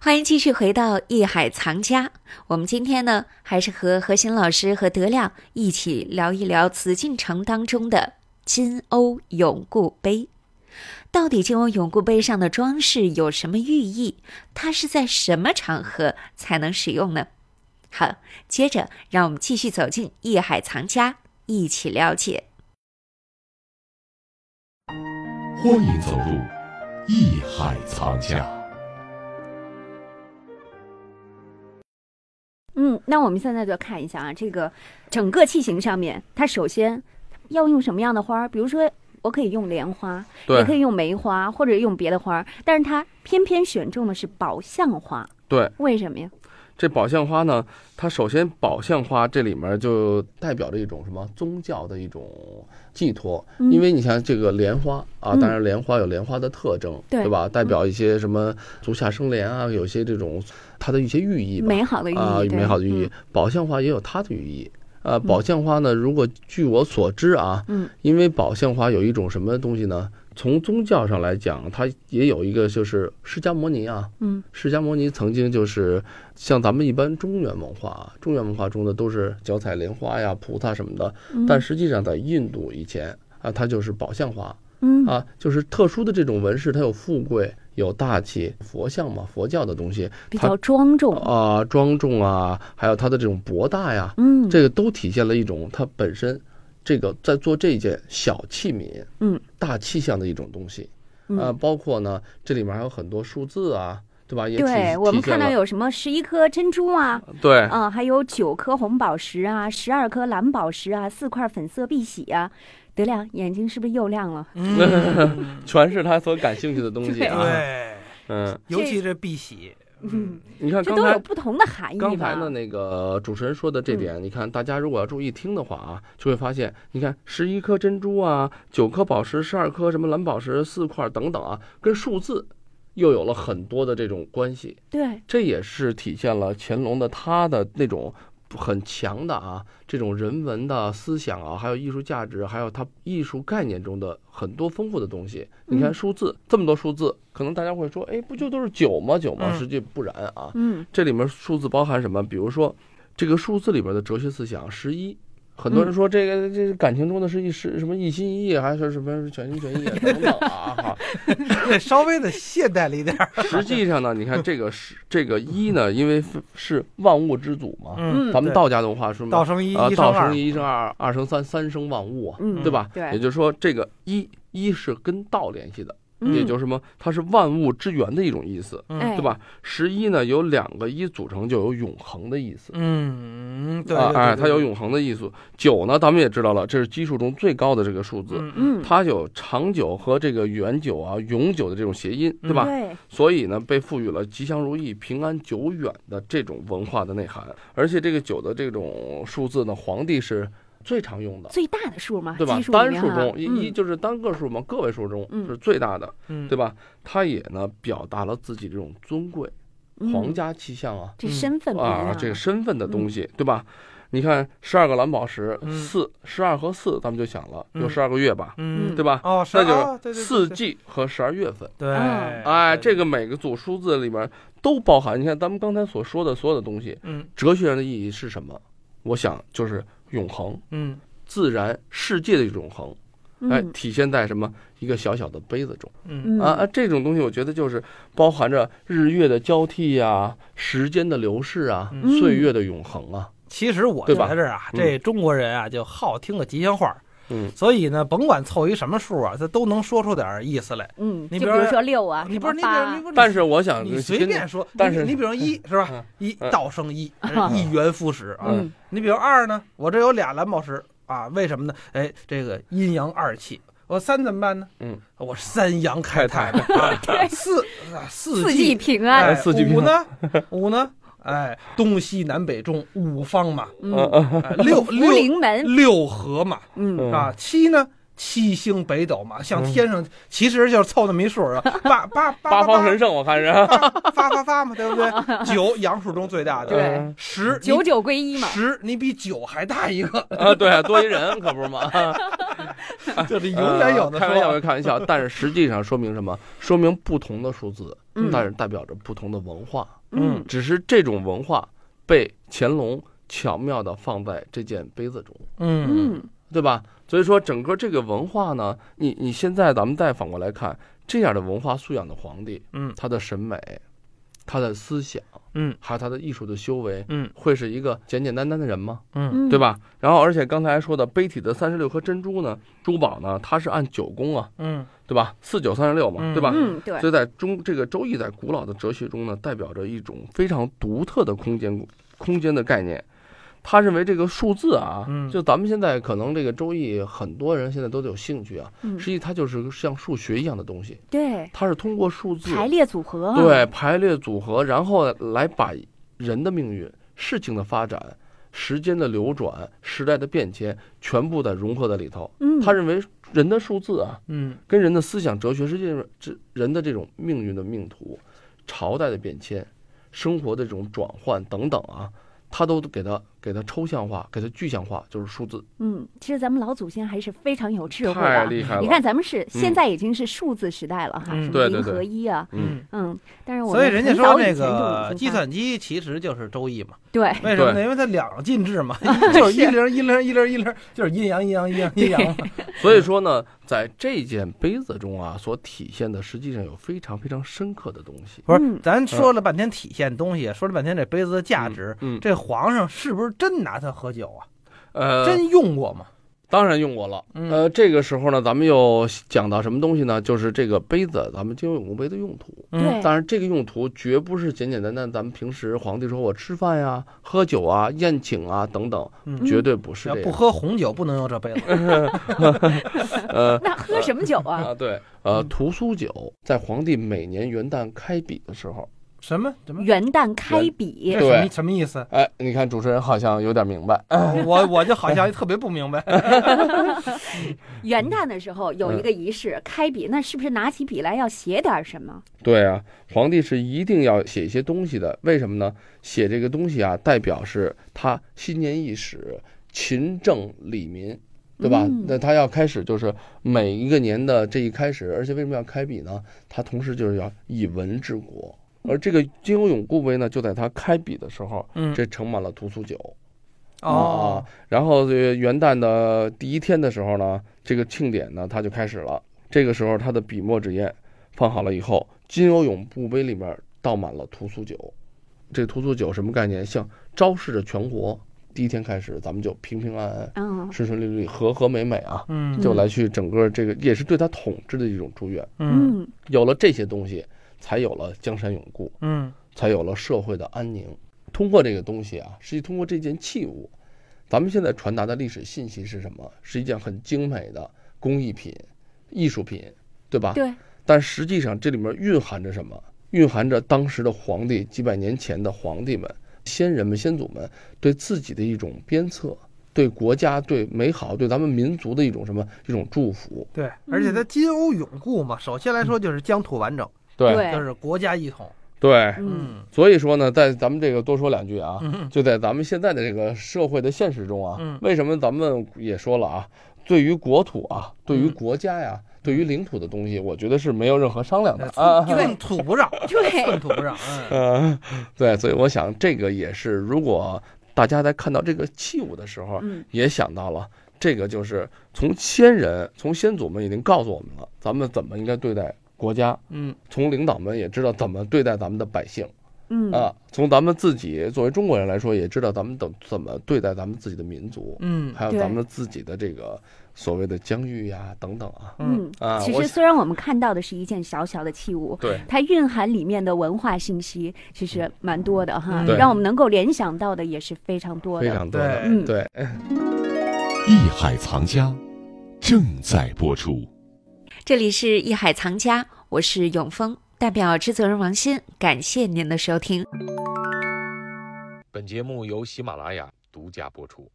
欢迎继续回到《艺海藏家》，我们今天呢，还是和何欣老师和德亮一起聊一聊紫禁城当中的金瓯永固杯。到底金瓯永固杯上的装饰有什么寓意？它是在什么场合才能使用呢？好，接着让我们继续走进《艺海藏家》，一起了解。欢迎走入艺海藏家。嗯，那我们现在就看一下啊，这个整个器型上面，它首先要用什么样的花儿？比如说，我可以用莲花，对也可以用梅花，或者用别的花儿，但是它偏偏选中的是宝相花，对，为什么呀？这宝相花呢，它首先宝相花这里面就代表着一种什么宗教的一种寄托，嗯因为你像这个莲花啊，嗯当然莲花有莲花的特征，对嗯对吧？代表一些什么足下生莲啊，有些这种它的一些寓意吧，美好的寓意，啊，对嗯美好的寓意。。宝相花也有它的寓意。呃，宝相花呢，如果据我所知啊，嗯，因为宝相花有一种什么东西呢？从宗教上来讲，它也有一个就是释迦摩尼啊，嗯，释迦摩尼曾经就是像咱们一般中原文化啊，中原文化中的都是脚踩莲花呀、菩萨什么的，嗯但实际上在印度以前啊，它就是宝相花，嗯啊，就是特殊的这种纹饰，它有富贵、有大气，佛像嘛，佛教的东西，比它较庄重，啊、庄重啊，还有它的这种博大呀，嗯，这个都体现了一种它本身这个在做这件小器皿，嗯，大气象的一种东西。嗯呃，包括呢，这里面还有很多数字啊，对吧？也体对我们体现看到了有什么十一颗珍珠啊，对嗯，还有九颗红宝石啊，十二颗蓝宝石啊，四块粉色碧玺啊。德亮眼睛是不是又亮了？全是他所感兴趣的东西啊。嗯对，嗯，尤其这碧玺，嗯，你看这刚都有才。不嗯同的含义吧？刚才呢，那个主持人说的这点，你看大家如果要注意听的话啊，就会发现，你看十一颗珍珠啊，九颗宝石，十二颗什么蓝宝石，四块等等啊，跟数字又有了很多的这种关系。对，这也是体现了乾隆的他的那种很强的啊，这种人文的思想啊，还有艺术价值，还有他艺术概念中的很多丰富的东西。你看嗯数字这么多数字，可能大家会说，哎，不就都是九吗？九吗？嗯实际不然啊，嗯这里面数字包含什么？比如说这个数字里边的哲学思想，十一。很多人说这个这是感情中的是一是什么一心一意，还是什么全心全意啊等等啊哈，得稍微的懈怠了一点儿。 实际上呢，你看这个是这个一呢，因为是万物之祖嘛，啊嗯咱们道家的话说道嘛，生一，啊，一道生二生，一，一生二，二生三，三生万物啊，嗯对吧？对也就是说，这个一一是跟道联系的，嗯，也就是什么，它是万物之源的一种意思，嗯哎对吧？十一呢有两个一组成，就有永恒的意思。嗯，对，啊，对哎，它有，对永恒的意思。九呢，咱们也知道了，这是基数中最高的这个数字，嗯嗯，嗯，它有长久和这个远久啊、永久的这种谐音，对嗯吧？对，所以呢，被赋予了吉祥如意、平安久远的这种文化的内涵。而且这个九的这种数字呢，皇帝是最常用的，最大的数嘛，对吧基？数里单面数哈中一一嗯就是单个数嘛，个位数中嗯是最大的，嗯对吧？它也呢表达了自己这种尊贵、嗯皇家气象啊这嗯身份不一啊样，这个身份的东西，对吧？你看十二个蓝宝石，嗯四十二和四，咱们就想了，有嗯十二个月吧，嗯，对吧？哦，那是啊就是对对对四对 G 和十二月份。对，嗯哎，这个，个每个组数字里面都包含。你看，咱们刚才所说的所有的东西，嗯哲学上的意义是什么？我想就是永恒、嗯，自然世界的永恒。哎，嗯体现在什么？一个小小的杯子中嗯嗯啊啊！这种东西，我觉得就是包含着日月的交替呀、时间的流逝啊、嗯岁月的永恒啊。其实我对吧觉着啊，嗯这中国人啊就好听个吉祥话，嗯，所以呢，甭管凑一什么数啊，他都能说出点儿意思来。嗯，你就比比如如说六啊，你什不是么八啊你比如你不是但是我想，你随便说，但是你你比如一是吧嗯，一嗯道生一啊，一元复始啊。嗯嗯你比如二呢，我这有俩蓝宝石啊，为什么呢？哎，这个阴阳二气。我三怎么办呢？嗯，我三阳开泰嘛。啊 四啊四嗯四季平安，哎，四季平五呢？五呢？哎，东西南北中五 方嘛，嗯，哎 六福六临门，六合嘛，嗯，啊，七呢？七星北斗嘛，像天上其实就是凑那么一数 啊，八八嗯八八方神圣，我看是。发发发发嘛，对 不对？九阳数中最大 的，对嗯十你九九归一嘛，十你比九还大一个，啊，对，多一人可不是吗？就是永远有的呃开玩笑说归开玩笑，但是实际上说明什么？说明不同的数字，嗯但是代表着不同的文化。嗯只是这种文化被乾隆巧妙地放在这件杯子中，嗯嗯对吧？所以说，整个这个文化呢，你你现在咱们再反过来看，这样的文化素养的皇帝，嗯他的审美、他的思想，嗯还有他的艺术的修为，嗯会是一个简简单单的人吗？嗯嗯，对？吧？然后，而且刚才说的杯体的三十六颗珍珠呢，珠宝呢，它是按九宫啊，嗯对吧？四九三十六嘛，嗯对吧？嗯，对，所以在中这个《周易》在古老的哲学中呢，代表着一种非常独特的空间空间的概念。他认为这个数字啊，嗯就咱们现在可能这个《周易》，很多人现在都有兴趣啊，嗯实际它就是像数学一样的东西，对，它是通过数字排列组合啊，对排列组合，然后来把人的命运、事情的发展、时间的流转、时代的变迁，全部在融合在里头。嗯，他认为人的数字啊，嗯跟人的思想哲学是这种这人的这种命运的命途、朝代的变迁、生活的这种转换等等啊，他都给它给它抽象化，给它具象化，就是数字，嗯，其实咱们老祖先还是非常有智慧太的。厉害你了。嗯看，咱们是现在已经是数字时代了哈，嗯什么对对零对和一啊，嗯，嗯，嗯，但是我们所以人家很早说以那前就已个经计发算机其实就是周易嘛，对，为什么呢？对因为它两进 制嘛， 就是一零一零一零一零，就是阴阳阴阳阴阳阴阳 嘛。所以说呢，在这件杯子中啊，所体现的实际上有非常非常深刻的东西。不是嗯，咱说了半天体现东西，说了半天这杯子的价值，嗯，这皇上是不是真拿它喝酒啊？呃，真用过吗？当然用过了。嗯呃，这个时候呢，咱们又讲到什么东西呢？就是这个杯子，咱们金永固杯的用途。嗯哎对当然，这个用途绝不是简简单单咱们平时皇帝说我吃饭呀、喝酒啊、宴请啊等等，嗯绝对不是要这不样。喝红酒不能用这杯子。呃那喝什么酒 啊？啊，对，呃，嗯屠苏酒在皇帝每年元旦开笔的时候，什么什么？元旦开笔这，什么什么意思？哎，你看主持人好像有点明白。哦我我就好像特别不明白。元旦的时候有一个嗯仪式，开笔，那是不是拿起笔来要写点什么？对啊，皇帝是一定要写一些东西的，为什么呢？写这个东西啊，代表是他新年伊始，勤政理民，对吧嗯？那、他要开始就是每一个年的这一开始，而且为什么要开笔呢？他同时就是要以文治国，而这个金欧永固杯呢，就在他开笔的时候，嗯，这盛满了屠苏酒。哦，啊然后这个元旦的第一天的时候呢，这个庆典呢，它就开始了。这个时候，他的笔墨纸砚放好了以后，金瓯永布杯里面倒满了屠苏酒。这屠苏酒什么概念？像昭示着全国，第一天开始，咱们就平平安安、嗯，顺顺利利、和和美美啊，嗯就来去整个这个也是对他统治的一种祝愿。嗯嗯，有了这些东西，才有了江山永固。嗯才有了社会的安宁。通过这个东西啊，实际通过这件器物，咱们现在传达的历史信息是什么？是一件很精美的工艺品、艺术品，对吧？对，但实际上这里面蕴含着什么？蕴含着当时的皇帝几百年前的皇帝们、先人们、先祖们对自己的一种鞭策，对国家、对美好、对咱们民族的一种什么一种祝福。对，而嗯且它金欧永固嘛，首先来说就是疆土完整，对就是国家一统。对，嗯，所以说呢，在咱们这个多说两句啊，嗯就在咱们现在的这个社会的现实中啊，嗯为什么咱们也说了啊，对于国土啊，对于嗯国家呀，对于领土的东西，我觉得是没有任何商量的呃啊。寸土不让， 对，寸土不让。嗯呃，对，所以我想这个也是，如果大家在看到这个器物的时候，嗯，也想到了这个，就是从先人、从先祖们已经告诉我们了，咱们怎么应该对待国家，嗯从领导们也知道怎么对待咱们的百姓。嗯，啊，从咱们自己作为中国人来说，也知道咱们怎怎么对待咱们自己的民族，嗯还有对咱们自己的这个所谓的疆域呀、等等啊。嗯嗯啊，其我实虽然我们看到的是一件小小的器物，对它蕴含里面的文化信息其实蛮多的哈，嗯对让我们能够联想到的也是非常多非的。常多的嗯对，艺海藏家正在播出。这里是艺海藏家，我是永峰，代表制作人王鑫，感谢您的收听。本节目由喜马拉雅独家播出。